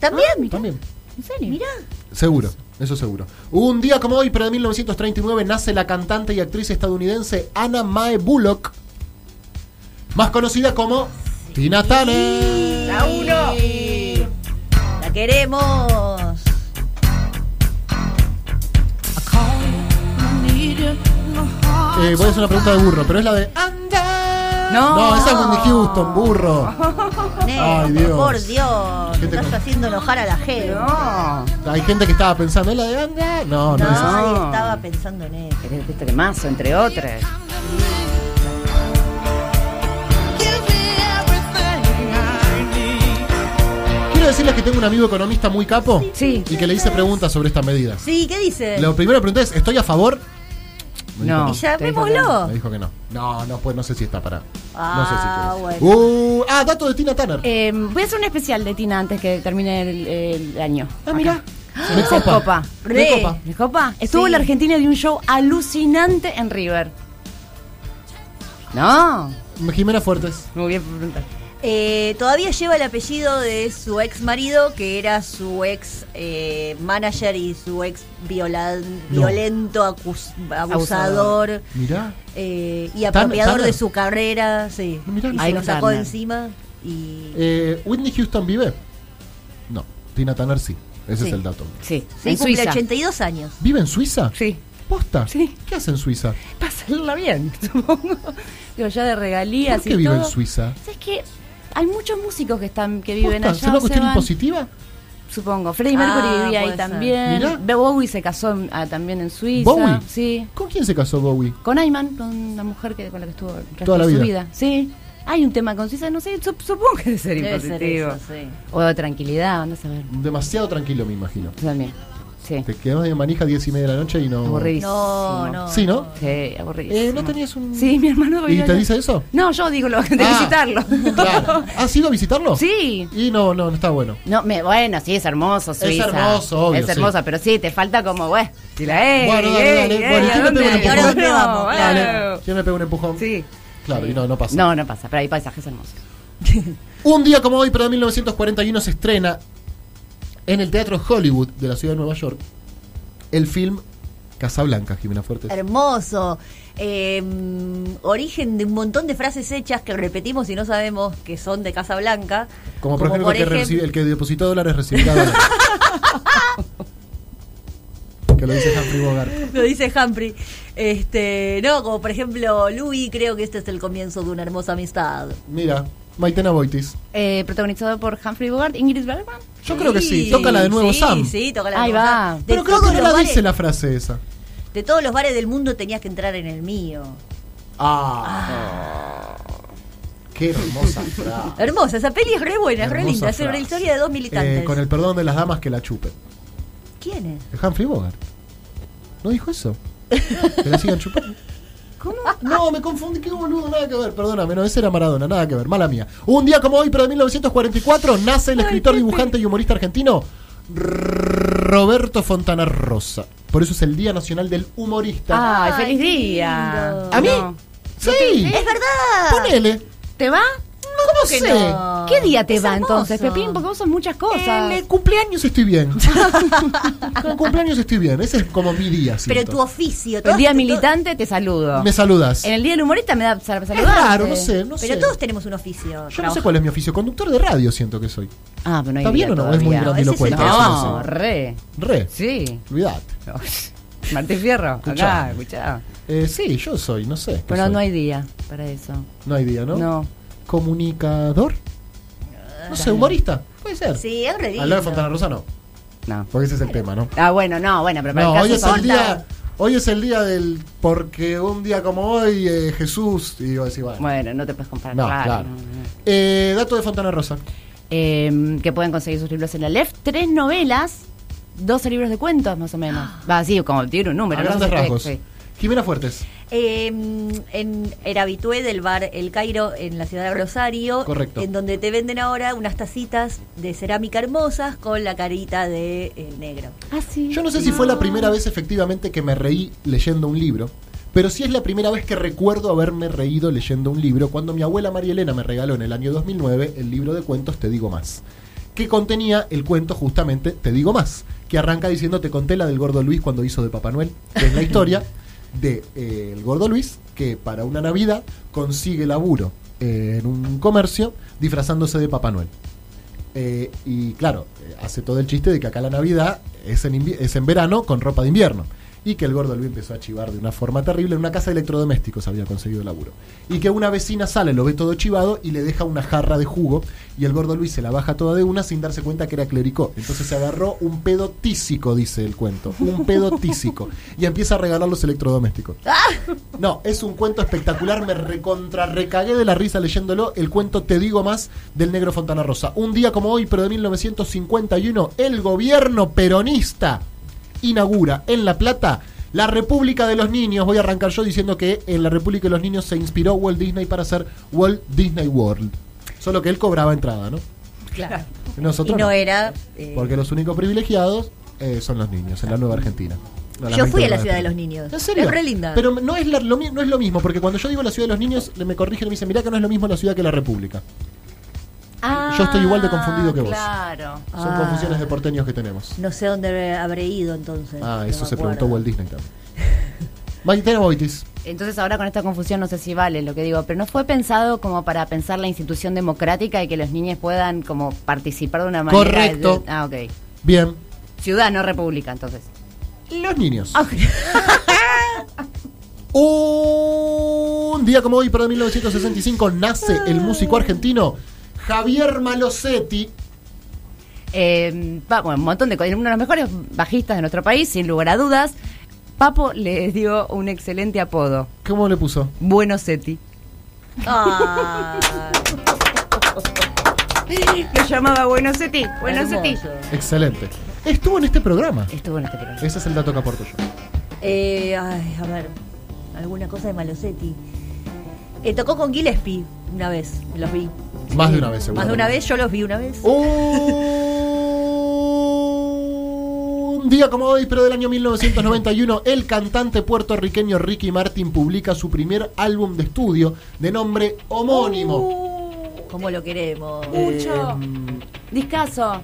[SPEAKER 4] También.
[SPEAKER 2] también.
[SPEAKER 3] ¿En serio?
[SPEAKER 4] Mirá.
[SPEAKER 2] Seguro, eso seguro. Un día como hoy, pero de 1939, nace la cantante y actriz estadounidense Anna Mae Bullock, más conocida como Tina Turner.
[SPEAKER 4] La uno. La queremos.
[SPEAKER 2] Eh, voy a hacer una pregunta de burro, pero es la de Anda.
[SPEAKER 3] No.
[SPEAKER 2] no esa es Wendy Houston, burro. Ay,
[SPEAKER 4] Nene,
[SPEAKER 2] Dios.
[SPEAKER 4] Por Dios.
[SPEAKER 2] Gente
[SPEAKER 4] Estás
[SPEAKER 2] con-
[SPEAKER 4] haciendo enojar a la gente.
[SPEAKER 3] No.
[SPEAKER 2] Hay gente que estaba pensando, ¿es la de Anda? No, no, es esa.
[SPEAKER 4] Nadie
[SPEAKER 3] No.
[SPEAKER 4] estaba pensando en eso.
[SPEAKER 3] Pero Este temazo, entre otras.
[SPEAKER 2] Quiero decirles que tengo un amigo economista muy capo
[SPEAKER 3] Sí.
[SPEAKER 2] y que le hice preguntas sobre estas medidas.
[SPEAKER 4] Sí, ¿qué dice?
[SPEAKER 2] La primera pregunta es, ¿estoy a favor? Me dijo
[SPEAKER 3] No.
[SPEAKER 4] y
[SPEAKER 3] te dijo que
[SPEAKER 4] llamémoslo.
[SPEAKER 2] Me dijo que no. No, no, pues no sé si está para.
[SPEAKER 4] Ah,
[SPEAKER 2] no sé si querés.
[SPEAKER 4] bueno.
[SPEAKER 2] Uh, ah, dato de Tina Turner.
[SPEAKER 3] Eh, voy a hacer un especial de Tina antes que termine el, el año.
[SPEAKER 2] ah, mira. Me
[SPEAKER 3] Se
[SPEAKER 2] copa.
[SPEAKER 3] copa.
[SPEAKER 2] Me
[SPEAKER 4] Re.
[SPEAKER 2] copa.
[SPEAKER 3] ¿Les copa? Estuvo
[SPEAKER 4] Sí.
[SPEAKER 3] la Argentina de un show alucinante en River. No.
[SPEAKER 2] Jimena Fuertes.
[SPEAKER 3] Muy bien por preguntar.
[SPEAKER 4] Eh, todavía lleva el apellido de su ex marido, que era su ex eh, manager y su ex viola- violento acus- abusador,
[SPEAKER 3] Abusador.
[SPEAKER 2] Mirá.
[SPEAKER 4] eh, y apropiador
[SPEAKER 2] Turner.
[SPEAKER 4] de su carrera. Sí.
[SPEAKER 2] Mirá,
[SPEAKER 4] Y
[SPEAKER 2] no
[SPEAKER 4] se
[SPEAKER 3] sé.
[SPEAKER 4] lo sacó
[SPEAKER 3] Turner.
[SPEAKER 4] encima. Y
[SPEAKER 2] Eh, ¿Whitney Houston vive? No. Tina Turner sí. Ese
[SPEAKER 4] Sí.
[SPEAKER 2] es el dato.
[SPEAKER 3] Sí.
[SPEAKER 4] sí,
[SPEAKER 3] en
[SPEAKER 4] cumple
[SPEAKER 3] Suiza.
[SPEAKER 4] 82 años.
[SPEAKER 2] ¿Vive en Suiza?
[SPEAKER 3] Sí.
[SPEAKER 2] ¿Posta?
[SPEAKER 3] Sí.
[SPEAKER 2] ¿Qué hace en Suiza?
[SPEAKER 3] Pasarla bien, supongo. Digo, ya de regalías
[SPEAKER 2] ¿Por
[SPEAKER 3] y
[SPEAKER 2] qué vive en
[SPEAKER 3] todo.
[SPEAKER 2] Suiza?
[SPEAKER 3] ¿Sabes qué? Hay muchos músicos que están que viven
[SPEAKER 2] ¿Posta?
[SPEAKER 3] allá.
[SPEAKER 2] ¿Será una
[SPEAKER 3] se
[SPEAKER 2] cuestión
[SPEAKER 3] van,
[SPEAKER 2] impositiva?
[SPEAKER 3] Supongo. Freddie Mercury
[SPEAKER 4] Ah,
[SPEAKER 3] vivía ahí
[SPEAKER 4] puede ser.
[SPEAKER 2] Mirá.
[SPEAKER 3] también. Be- Bowie se casó en- ah, también en Suiza.
[SPEAKER 2] ¿Bowie?
[SPEAKER 3] Sí.
[SPEAKER 2] ¿Con quién se casó Bowie?
[SPEAKER 3] Con Ayman, con la mujer que, con la que estuvo el resto
[SPEAKER 2] Toda la
[SPEAKER 3] de su
[SPEAKER 2] vida.
[SPEAKER 3] vida. Sí. Hay un tema con Suiza, no sé, sup- supongo que debe ser
[SPEAKER 4] Debe ser
[SPEAKER 3] impositivo.
[SPEAKER 4] eso, sí.
[SPEAKER 3] O de tranquilidad, andás a ver.
[SPEAKER 2] Demasiado tranquilo, me imagino.
[SPEAKER 3] Yo también. Sí.
[SPEAKER 2] Te quedabas de manija a 10 y media de la noche y no.
[SPEAKER 3] Aburridísimo.
[SPEAKER 4] No, no.
[SPEAKER 2] Sí, ¿no?
[SPEAKER 3] Sí, aburridísimo.
[SPEAKER 2] Eh, ¿No tenías un.?
[SPEAKER 3] Sí, mi hermano
[SPEAKER 2] ¿Y
[SPEAKER 3] vive
[SPEAKER 2] te
[SPEAKER 3] allá.
[SPEAKER 2] dice eso?
[SPEAKER 3] No, yo digo lo de
[SPEAKER 2] Ah,
[SPEAKER 3] visitarlo.
[SPEAKER 2] Claro. ¿Has ido a visitarlo?
[SPEAKER 3] Sí.
[SPEAKER 2] Y no, no, no está bueno.
[SPEAKER 3] No, me, bueno, sí, es hermoso, Suiza.
[SPEAKER 2] hermoso, obvio,
[SPEAKER 3] Es
[SPEAKER 2] sí.
[SPEAKER 3] hermoso, pero sí, te falta como, güey. Si la ey,
[SPEAKER 2] Bueno, dale,
[SPEAKER 3] ey,
[SPEAKER 2] dale,
[SPEAKER 3] ey,
[SPEAKER 2] bueno, ¿y
[SPEAKER 3] ¿a
[SPEAKER 2] quién le pega el
[SPEAKER 3] dónde?
[SPEAKER 4] empujón? Ahora dónde vamos,
[SPEAKER 3] No,
[SPEAKER 4] claro.
[SPEAKER 3] bueno.
[SPEAKER 2] ¿Quién me pega un empujón?
[SPEAKER 3] Sí.
[SPEAKER 2] Claro, y no, no pasa.
[SPEAKER 3] No, no pasa, pero hay paisajes hermosos.
[SPEAKER 2] Un día como hoy, pero de 1941, se estrena en el Teatro Hollywood de la ciudad de Nueva York el film Casablanca, Jimena Fuertes.
[SPEAKER 4] Hermoso. Eh, origen de un montón de frases hechas que repetimos y no sabemos que son de Casa Blanca.
[SPEAKER 2] Como por ejemplo, el que
[SPEAKER 4] ejem-
[SPEAKER 2] recibe- el que depositó dólares recibirá dólares. que lo dice Humphrey Bogart.
[SPEAKER 4] Lo dice Humphrey. Este, no, como por ejemplo, Louis, creo que este es el comienzo de una hermosa amistad.
[SPEAKER 2] Mira, Maitena Boitis.
[SPEAKER 3] Eh, protagonizado por Humphrey Bogart, Ingrid Bergman.
[SPEAKER 2] Yo creo que sí. Tócala de nuevo,
[SPEAKER 4] sí,
[SPEAKER 2] Sam.
[SPEAKER 4] Sí, tócala de
[SPEAKER 3] Ahí
[SPEAKER 4] nuevo,
[SPEAKER 3] va.
[SPEAKER 4] Sam. De
[SPEAKER 2] Pero creo
[SPEAKER 4] todos
[SPEAKER 2] que no
[SPEAKER 4] los
[SPEAKER 2] la
[SPEAKER 4] bares-
[SPEAKER 2] dice la frase esa.
[SPEAKER 4] De todos los bares del mundo tenías que entrar en el mío.
[SPEAKER 2] Ah. Qué hermosa frase.
[SPEAKER 4] Hermosa, esa peli es re buena, es re
[SPEAKER 2] Hermosa
[SPEAKER 4] linda. Sobre la
[SPEAKER 2] frase.
[SPEAKER 4] historia de dos militantes.
[SPEAKER 2] Eh, con el perdón de las damas que la chupen.
[SPEAKER 4] ¿Quién es?
[SPEAKER 2] El Humphrey Bogart. ¿No dijo eso? Que la sigan chupando.
[SPEAKER 4] ¿Cómo?
[SPEAKER 2] No, me confundí, qué boludo, nada que ver, perdóname, no, ese era Maradona, nada que ver, mala mía. Un día como hoy, pero de 1944, nace el escritor, dibujante y humorista argentino Roberto Fontana Rosa. Por eso es el Día Nacional del Humorista.
[SPEAKER 3] ¡Ay,
[SPEAKER 4] Ay,
[SPEAKER 3] feliz
[SPEAKER 4] qué
[SPEAKER 3] día!
[SPEAKER 4] lindo.
[SPEAKER 2] ¿A mí?
[SPEAKER 3] No.
[SPEAKER 2] ¡Sí!
[SPEAKER 4] ¡Es verdad!
[SPEAKER 2] ¡Ponele!
[SPEAKER 3] ¿Te va?
[SPEAKER 2] ¿Cómo
[SPEAKER 4] que
[SPEAKER 2] sé?
[SPEAKER 4] no? Ah,
[SPEAKER 3] ¿Qué día te
[SPEAKER 4] es
[SPEAKER 3] va
[SPEAKER 4] hermoso.
[SPEAKER 3] entonces, Pepín? Porque vos sos muchas
[SPEAKER 2] En
[SPEAKER 3] cosas.
[SPEAKER 2] el cumpleaños estoy bien. Con cumpleaños estoy bien, ese es como mi día.
[SPEAKER 4] Pero
[SPEAKER 2] siento.
[SPEAKER 4] tu oficio.
[SPEAKER 3] El
[SPEAKER 4] todos-
[SPEAKER 3] día
[SPEAKER 4] to-
[SPEAKER 3] militante te saludo.
[SPEAKER 2] Me saludas.
[SPEAKER 3] En el día del humorista Eh, me da sal- saludarte.
[SPEAKER 2] Es raro, no sé, no
[SPEAKER 4] Pero
[SPEAKER 2] sé.
[SPEAKER 4] todos tenemos un oficio.
[SPEAKER 2] Yo no sé cuál es mi oficio, conductor de radio siento que soy.
[SPEAKER 3] Ah, pero no hay
[SPEAKER 2] ¿Está bien
[SPEAKER 3] día
[SPEAKER 2] o no? Es muy
[SPEAKER 3] todavía.
[SPEAKER 2] grandilocuente.
[SPEAKER 4] No, ese es
[SPEAKER 2] decirlo
[SPEAKER 3] No,
[SPEAKER 2] así.
[SPEAKER 3] re.
[SPEAKER 2] Re,
[SPEAKER 3] Sí.
[SPEAKER 2] olvidate.
[SPEAKER 3] Martín Fierro,
[SPEAKER 2] Escuchá.
[SPEAKER 3] acá, escuchá.
[SPEAKER 2] Eh, sí, yo soy, no sé. qué
[SPEAKER 3] Pero
[SPEAKER 2] soy.
[SPEAKER 3] no hay día para eso.
[SPEAKER 2] No hay día, ¿no?
[SPEAKER 3] No.
[SPEAKER 2] ¿Comunicador? No sé, humorista. Puede ser.
[SPEAKER 4] Sí, es re
[SPEAKER 2] Al lado de
[SPEAKER 4] lindo.
[SPEAKER 2] Fontana Rosa no,
[SPEAKER 3] No.
[SPEAKER 2] porque ese es el tema, ¿no?
[SPEAKER 3] Ah, bueno, no, bueno, pero para
[SPEAKER 2] No,
[SPEAKER 3] el
[SPEAKER 2] hoy
[SPEAKER 3] caso
[SPEAKER 2] es el
[SPEAKER 3] Fonta-
[SPEAKER 2] día. Hoy es el día del. Porque un día como hoy, eh, Jesús. Y yo decía, bueno.
[SPEAKER 3] Bueno, no te puedes comparar.
[SPEAKER 2] No,
[SPEAKER 3] claro,
[SPEAKER 2] claro.
[SPEAKER 3] no, no.
[SPEAKER 2] Eh, dato de Fontana Rosa.
[SPEAKER 3] Eh, que pueden conseguir sus libros en la LEF. Tres novelas, 12 libros de cuentos, más o menos. Va así, como tiene un número.
[SPEAKER 2] a
[SPEAKER 3] no
[SPEAKER 2] grandes
[SPEAKER 3] sé qué,
[SPEAKER 2] rasgos.
[SPEAKER 3] sí.
[SPEAKER 2] Jimena Fuertes.
[SPEAKER 4] Eh, en, era habitué del bar El Cairo en la ciudad de Rosario,
[SPEAKER 2] Correcto.
[SPEAKER 4] en donde te venden ahora unas tacitas de cerámica hermosas con la carita de el negro.
[SPEAKER 3] Ah, sí.
[SPEAKER 2] Yo no sé si fue la primera vez efectivamente que me reí leyendo un libro, pero sí es la primera vez que recuerdo haberme reído leyendo un libro cuando mi abuela María Elena me regaló en el año 2009 el libro de cuentos Te digo más, que contenía el cuento justamente Te digo más, que arranca diciendo te conté la del gordo Luis cuando hizo de Papá Noel, que es la historia de eh, el gordo Luis que para una Navidad consigue laburo eh, en un comercio disfrazándose de Papá Noel. Eh, y claro, eh, hace todo el chiste de que acá la Navidad es en, invi- es en verano con ropa de invierno. Y que el gordo Luis empezó a chivar de una forma terrible. En una casa de electrodomésticos había conseguido laburo. Y que una vecina sale, lo ve todo chivado y le deja una jarra de jugo. Y el gordo Luis se la baja toda de una sin darse cuenta que era clericó. Entonces se agarró un pedo tísico, dice el cuento. Un pedo tísico. Y empieza a regalar los electrodomésticos. No, es un cuento espectacular. Me recontra recagué de la risa leyéndolo. El cuento Te Digo Más del Negro Fontana Rosa. Un día como hoy, pero de 1951, el gobierno peronista inaugura en La Plata la República de los Niños. Voy a arrancar yo diciendo que en la República de los Niños se inspiró Walt Disney para hacer Walt Disney World. Solo que él cobraba entrada, ¿no?
[SPEAKER 4] Claro. Y
[SPEAKER 2] Nosotros.
[SPEAKER 4] no
[SPEAKER 2] no.
[SPEAKER 4] era. eh,
[SPEAKER 2] Porque los únicos privilegiados eh, son los niños en la Nueva Argentina. No,
[SPEAKER 4] yo fui a la
[SPEAKER 2] lamentablemente.
[SPEAKER 4] ciudad de los niños.
[SPEAKER 2] ¿En serio?
[SPEAKER 4] Es re linda.
[SPEAKER 2] Pero no es, la- lo, mi- no es lo mismo, porque cuando yo digo la ciudad de los niños, le- me corrigen y me dicen, mirá que no es lo mismo la ciudad que la república. Yo estoy igual de confundido que vos.
[SPEAKER 3] Claro.
[SPEAKER 2] Son
[SPEAKER 4] Ah.
[SPEAKER 2] confusiones de porteños que tenemos.
[SPEAKER 4] no sé dónde habré ido entonces.
[SPEAKER 2] Ah,
[SPEAKER 4] no
[SPEAKER 2] eso
[SPEAKER 4] me
[SPEAKER 2] se
[SPEAKER 4] acuerdo.
[SPEAKER 2] preguntó Walt Disney también. Maitena Boitis.
[SPEAKER 3] Entonces ahora con esta confusión no sé si vale lo que digo, pero no fue pensado como para pensar la institución democrática y que los niños puedan como participar de una manera.
[SPEAKER 2] Correcto.
[SPEAKER 3] Ah, ok.
[SPEAKER 2] Bien.
[SPEAKER 3] Ciudad, no república, entonces.
[SPEAKER 2] Los niños.
[SPEAKER 4] Ah,
[SPEAKER 2] Un día como hoy, pero de 1965, nace el músico argentino Javier Malosetti.
[SPEAKER 3] Eh, va- bueno, un montón de cosas. Uno de los mejores bajistas de nuestro país, sin lugar a dudas. Papo les dio un excelente apodo.
[SPEAKER 2] ¿Cómo le puso?
[SPEAKER 3] Buenos Seti.
[SPEAKER 4] Ah,
[SPEAKER 3] Lo llamaba Buenos Seti. Buenos Seti.
[SPEAKER 4] hermoso.
[SPEAKER 2] Excelente. Estuvo en este programa.
[SPEAKER 3] Estuvo en este programa.
[SPEAKER 2] Ese es el dato que aporto yo.
[SPEAKER 4] Eh, ay, a ver, alguna cosa de Malosetti. Eh, tocó con Gillespie una vez, los vi.
[SPEAKER 2] Más de una vez, Uh. seguro.
[SPEAKER 4] Más de una vez, yo los vi una vez.
[SPEAKER 2] Un día como hoy, pero del año 1991, el cantante puertorriqueño Ricky Martin publica su primer álbum de estudio de nombre homónimo.
[SPEAKER 4] Uh, Como lo queremos.
[SPEAKER 2] Eh.
[SPEAKER 3] Mucho. Em. Discaso.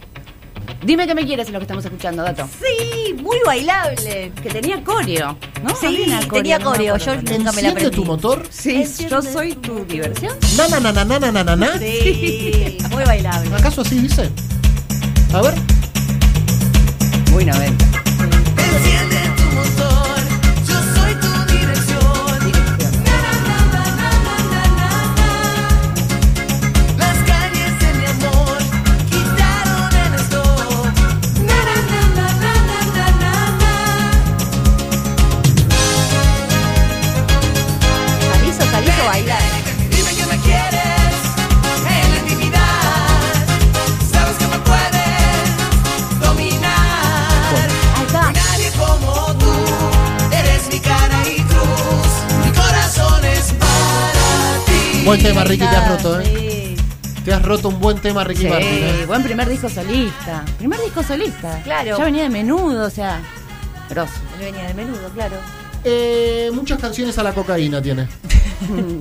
[SPEAKER 3] Dime que me quieres en lo que estamos escuchando, Dato.
[SPEAKER 4] Sí, muy bailable.
[SPEAKER 3] Que tenía coreo, ¿no?
[SPEAKER 4] Sí,
[SPEAKER 3] Había una
[SPEAKER 4] tenía coreo,
[SPEAKER 3] no me acuerdo
[SPEAKER 4] yo- Nunca
[SPEAKER 3] cuál era.
[SPEAKER 4] me la
[SPEAKER 2] Enciende
[SPEAKER 4] aprendí.
[SPEAKER 2] tu motor.
[SPEAKER 3] Sí, yo soy tu diversión.
[SPEAKER 2] Na, na, na, na, na, na, na, na.
[SPEAKER 4] Sí, muy bailable.
[SPEAKER 2] ¿Acaso así dice? A ver.
[SPEAKER 3] Muy 90.
[SPEAKER 7] Enciende tu motor, yo soy tu dirección. Na, na, na, na, na, na, na, na. La
[SPEAKER 2] buen tema, Ricky, te has roto, ¿eh?
[SPEAKER 4] Sí.
[SPEAKER 2] Te has roto un buen tema, Ricky
[SPEAKER 3] Sí,
[SPEAKER 2] Martin. ¿eh?
[SPEAKER 3] buen primer disco solista. Primer disco solista.
[SPEAKER 4] Claro.
[SPEAKER 3] Ya venía de menudo, o sea. Grosso.
[SPEAKER 4] Él venía de menudo, claro.
[SPEAKER 2] Eh, muchas canciones a la cocaína tiene.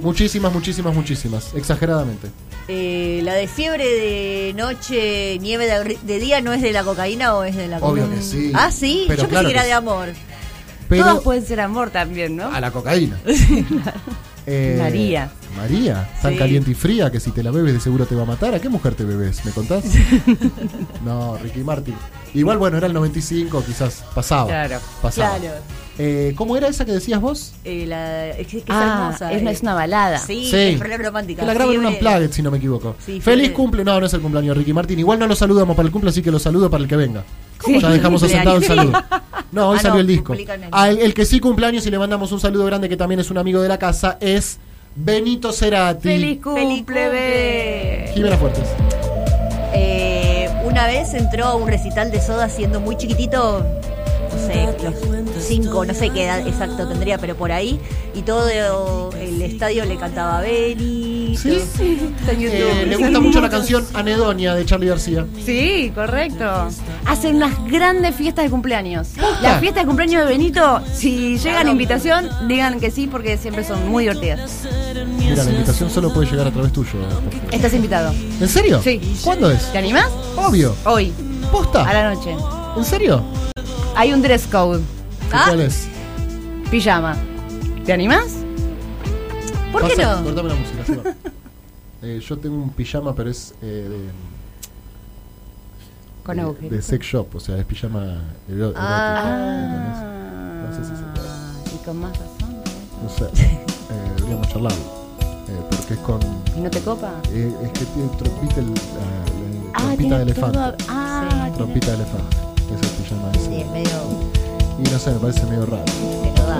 [SPEAKER 2] muchísimas, muchísimas, muchísimas. Exageradamente.
[SPEAKER 4] Eh, la de fiebre de noche, nieve de, de día, ¿no es de la cocaína o es de la
[SPEAKER 2] Obvio
[SPEAKER 4] cocaína?
[SPEAKER 2] que sí.
[SPEAKER 4] Ah, sí,
[SPEAKER 2] Pero
[SPEAKER 4] yo
[SPEAKER 2] claro
[SPEAKER 4] pensé que era
[SPEAKER 2] que sí.
[SPEAKER 4] de amor.
[SPEAKER 2] Pero
[SPEAKER 3] Todas pueden ser amor también, ¿no?
[SPEAKER 2] a la cocaína. Eh,
[SPEAKER 3] María.
[SPEAKER 2] María, tan
[SPEAKER 4] Sí.
[SPEAKER 2] caliente y fría que si te la bebes de seguro te va a matar. ¿A qué mujer te bebes? ¿Me contás? no, Ricky Martin. Igual, bueno, era el 95, quizás. Pasaba.
[SPEAKER 3] Claro.
[SPEAKER 2] Pasaba.
[SPEAKER 4] Claro.
[SPEAKER 2] Eh, ¿cómo era esa que decías vos?
[SPEAKER 4] Eh, la, es que, que es
[SPEAKER 3] Ah,
[SPEAKER 4] hermosa.
[SPEAKER 3] es, una-
[SPEAKER 4] eh.
[SPEAKER 3] es una balada.
[SPEAKER 4] Sí,
[SPEAKER 2] Sí.
[SPEAKER 4] es re romántica. eh,
[SPEAKER 2] Que la graban en un
[SPEAKER 4] Fiebre-
[SPEAKER 2] Unplugged, si no me equivoco.
[SPEAKER 4] Sí,
[SPEAKER 2] Feliz
[SPEAKER 4] fiebre.
[SPEAKER 2] cumple. No, no es el cumpleaños de Ricky Martin. Igual no lo saludamos para el cumple, así que lo saludo para el que venga.
[SPEAKER 3] ¿Cómo
[SPEAKER 2] Ya
[SPEAKER 3] que
[SPEAKER 2] dejamos asentado el saludo.
[SPEAKER 4] cumpleaños?
[SPEAKER 2] No, hoy
[SPEAKER 4] Ah,
[SPEAKER 2] salió
[SPEAKER 4] no,
[SPEAKER 2] el disco.
[SPEAKER 4] publican el-
[SPEAKER 2] Ah, el, el que sí cumpleaños y le mandamos un saludo grande, que también es un amigo de la casa, es Benito Cerati.
[SPEAKER 3] Feliz cumple,
[SPEAKER 4] cumple.
[SPEAKER 3] be.
[SPEAKER 2] Jimena Fuertes.
[SPEAKER 4] Eh, una vez entró a un recital de soda siendo muy chiquitito, no sé, los cinco, no sé qué edad exacto tendría, pero por ahí, y todo el estadio le cantaba Benito.
[SPEAKER 2] Sí,
[SPEAKER 4] Está en YouTube.
[SPEAKER 2] Eh, le gusta mucho la canción Anedonia de Charlie García.
[SPEAKER 3] Sí, correcto. ¡Ah! Hacen unas grandes fiestas de cumpleaños.
[SPEAKER 2] Posta.
[SPEAKER 3] Las fiestas de cumpleaños de Benito, si llegan invitación, digan que sí porque siempre son muy divertidas.
[SPEAKER 2] Mira, la invitación solo puede llegar a través tuyo. Jorge.
[SPEAKER 3] Estás invitado.
[SPEAKER 2] ¿En serio?
[SPEAKER 3] Sí.
[SPEAKER 2] ¿Cuándo es?
[SPEAKER 3] ¿Te animás?
[SPEAKER 2] Obvio.
[SPEAKER 3] Hoy, a
[SPEAKER 2] ¿Posta?
[SPEAKER 3] la noche.
[SPEAKER 2] ¿En serio?
[SPEAKER 3] Hay un dress code,
[SPEAKER 2] ¿Y
[SPEAKER 4] Ah.
[SPEAKER 2] ¿Cuál es?
[SPEAKER 3] pijama. ¿Te animás?
[SPEAKER 4] ¿Por qué
[SPEAKER 2] Pasa,
[SPEAKER 4] no?
[SPEAKER 2] Cortame la música. sí, va. Eh, yo tengo un pijama, pero es eh, de,
[SPEAKER 3] Con
[SPEAKER 2] de-
[SPEAKER 3] agujeros.
[SPEAKER 2] de sex shop, o sea, es pijama ero- erótico.
[SPEAKER 3] Ah,
[SPEAKER 2] No sé si se puede.
[SPEAKER 3] y con más razón. ¿no?
[SPEAKER 2] No sé, eh, deberíamos charlarlo. Eh, porque es con.
[SPEAKER 3] ¿Y no te copa?
[SPEAKER 2] eh, es que tiene trompita, el, la- la trompita
[SPEAKER 3] tiene
[SPEAKER 2] de elefante.
[SPEAKER 3] todo- Ah, tiene-
[SPEAKER 2] Trompita de elefante. Es el pijama ese.
[SPEAKER 4] Sí, es medio
[SPEAKER 2] Y no sé, me parece medio raro.
[SPEAKER 4] que no da.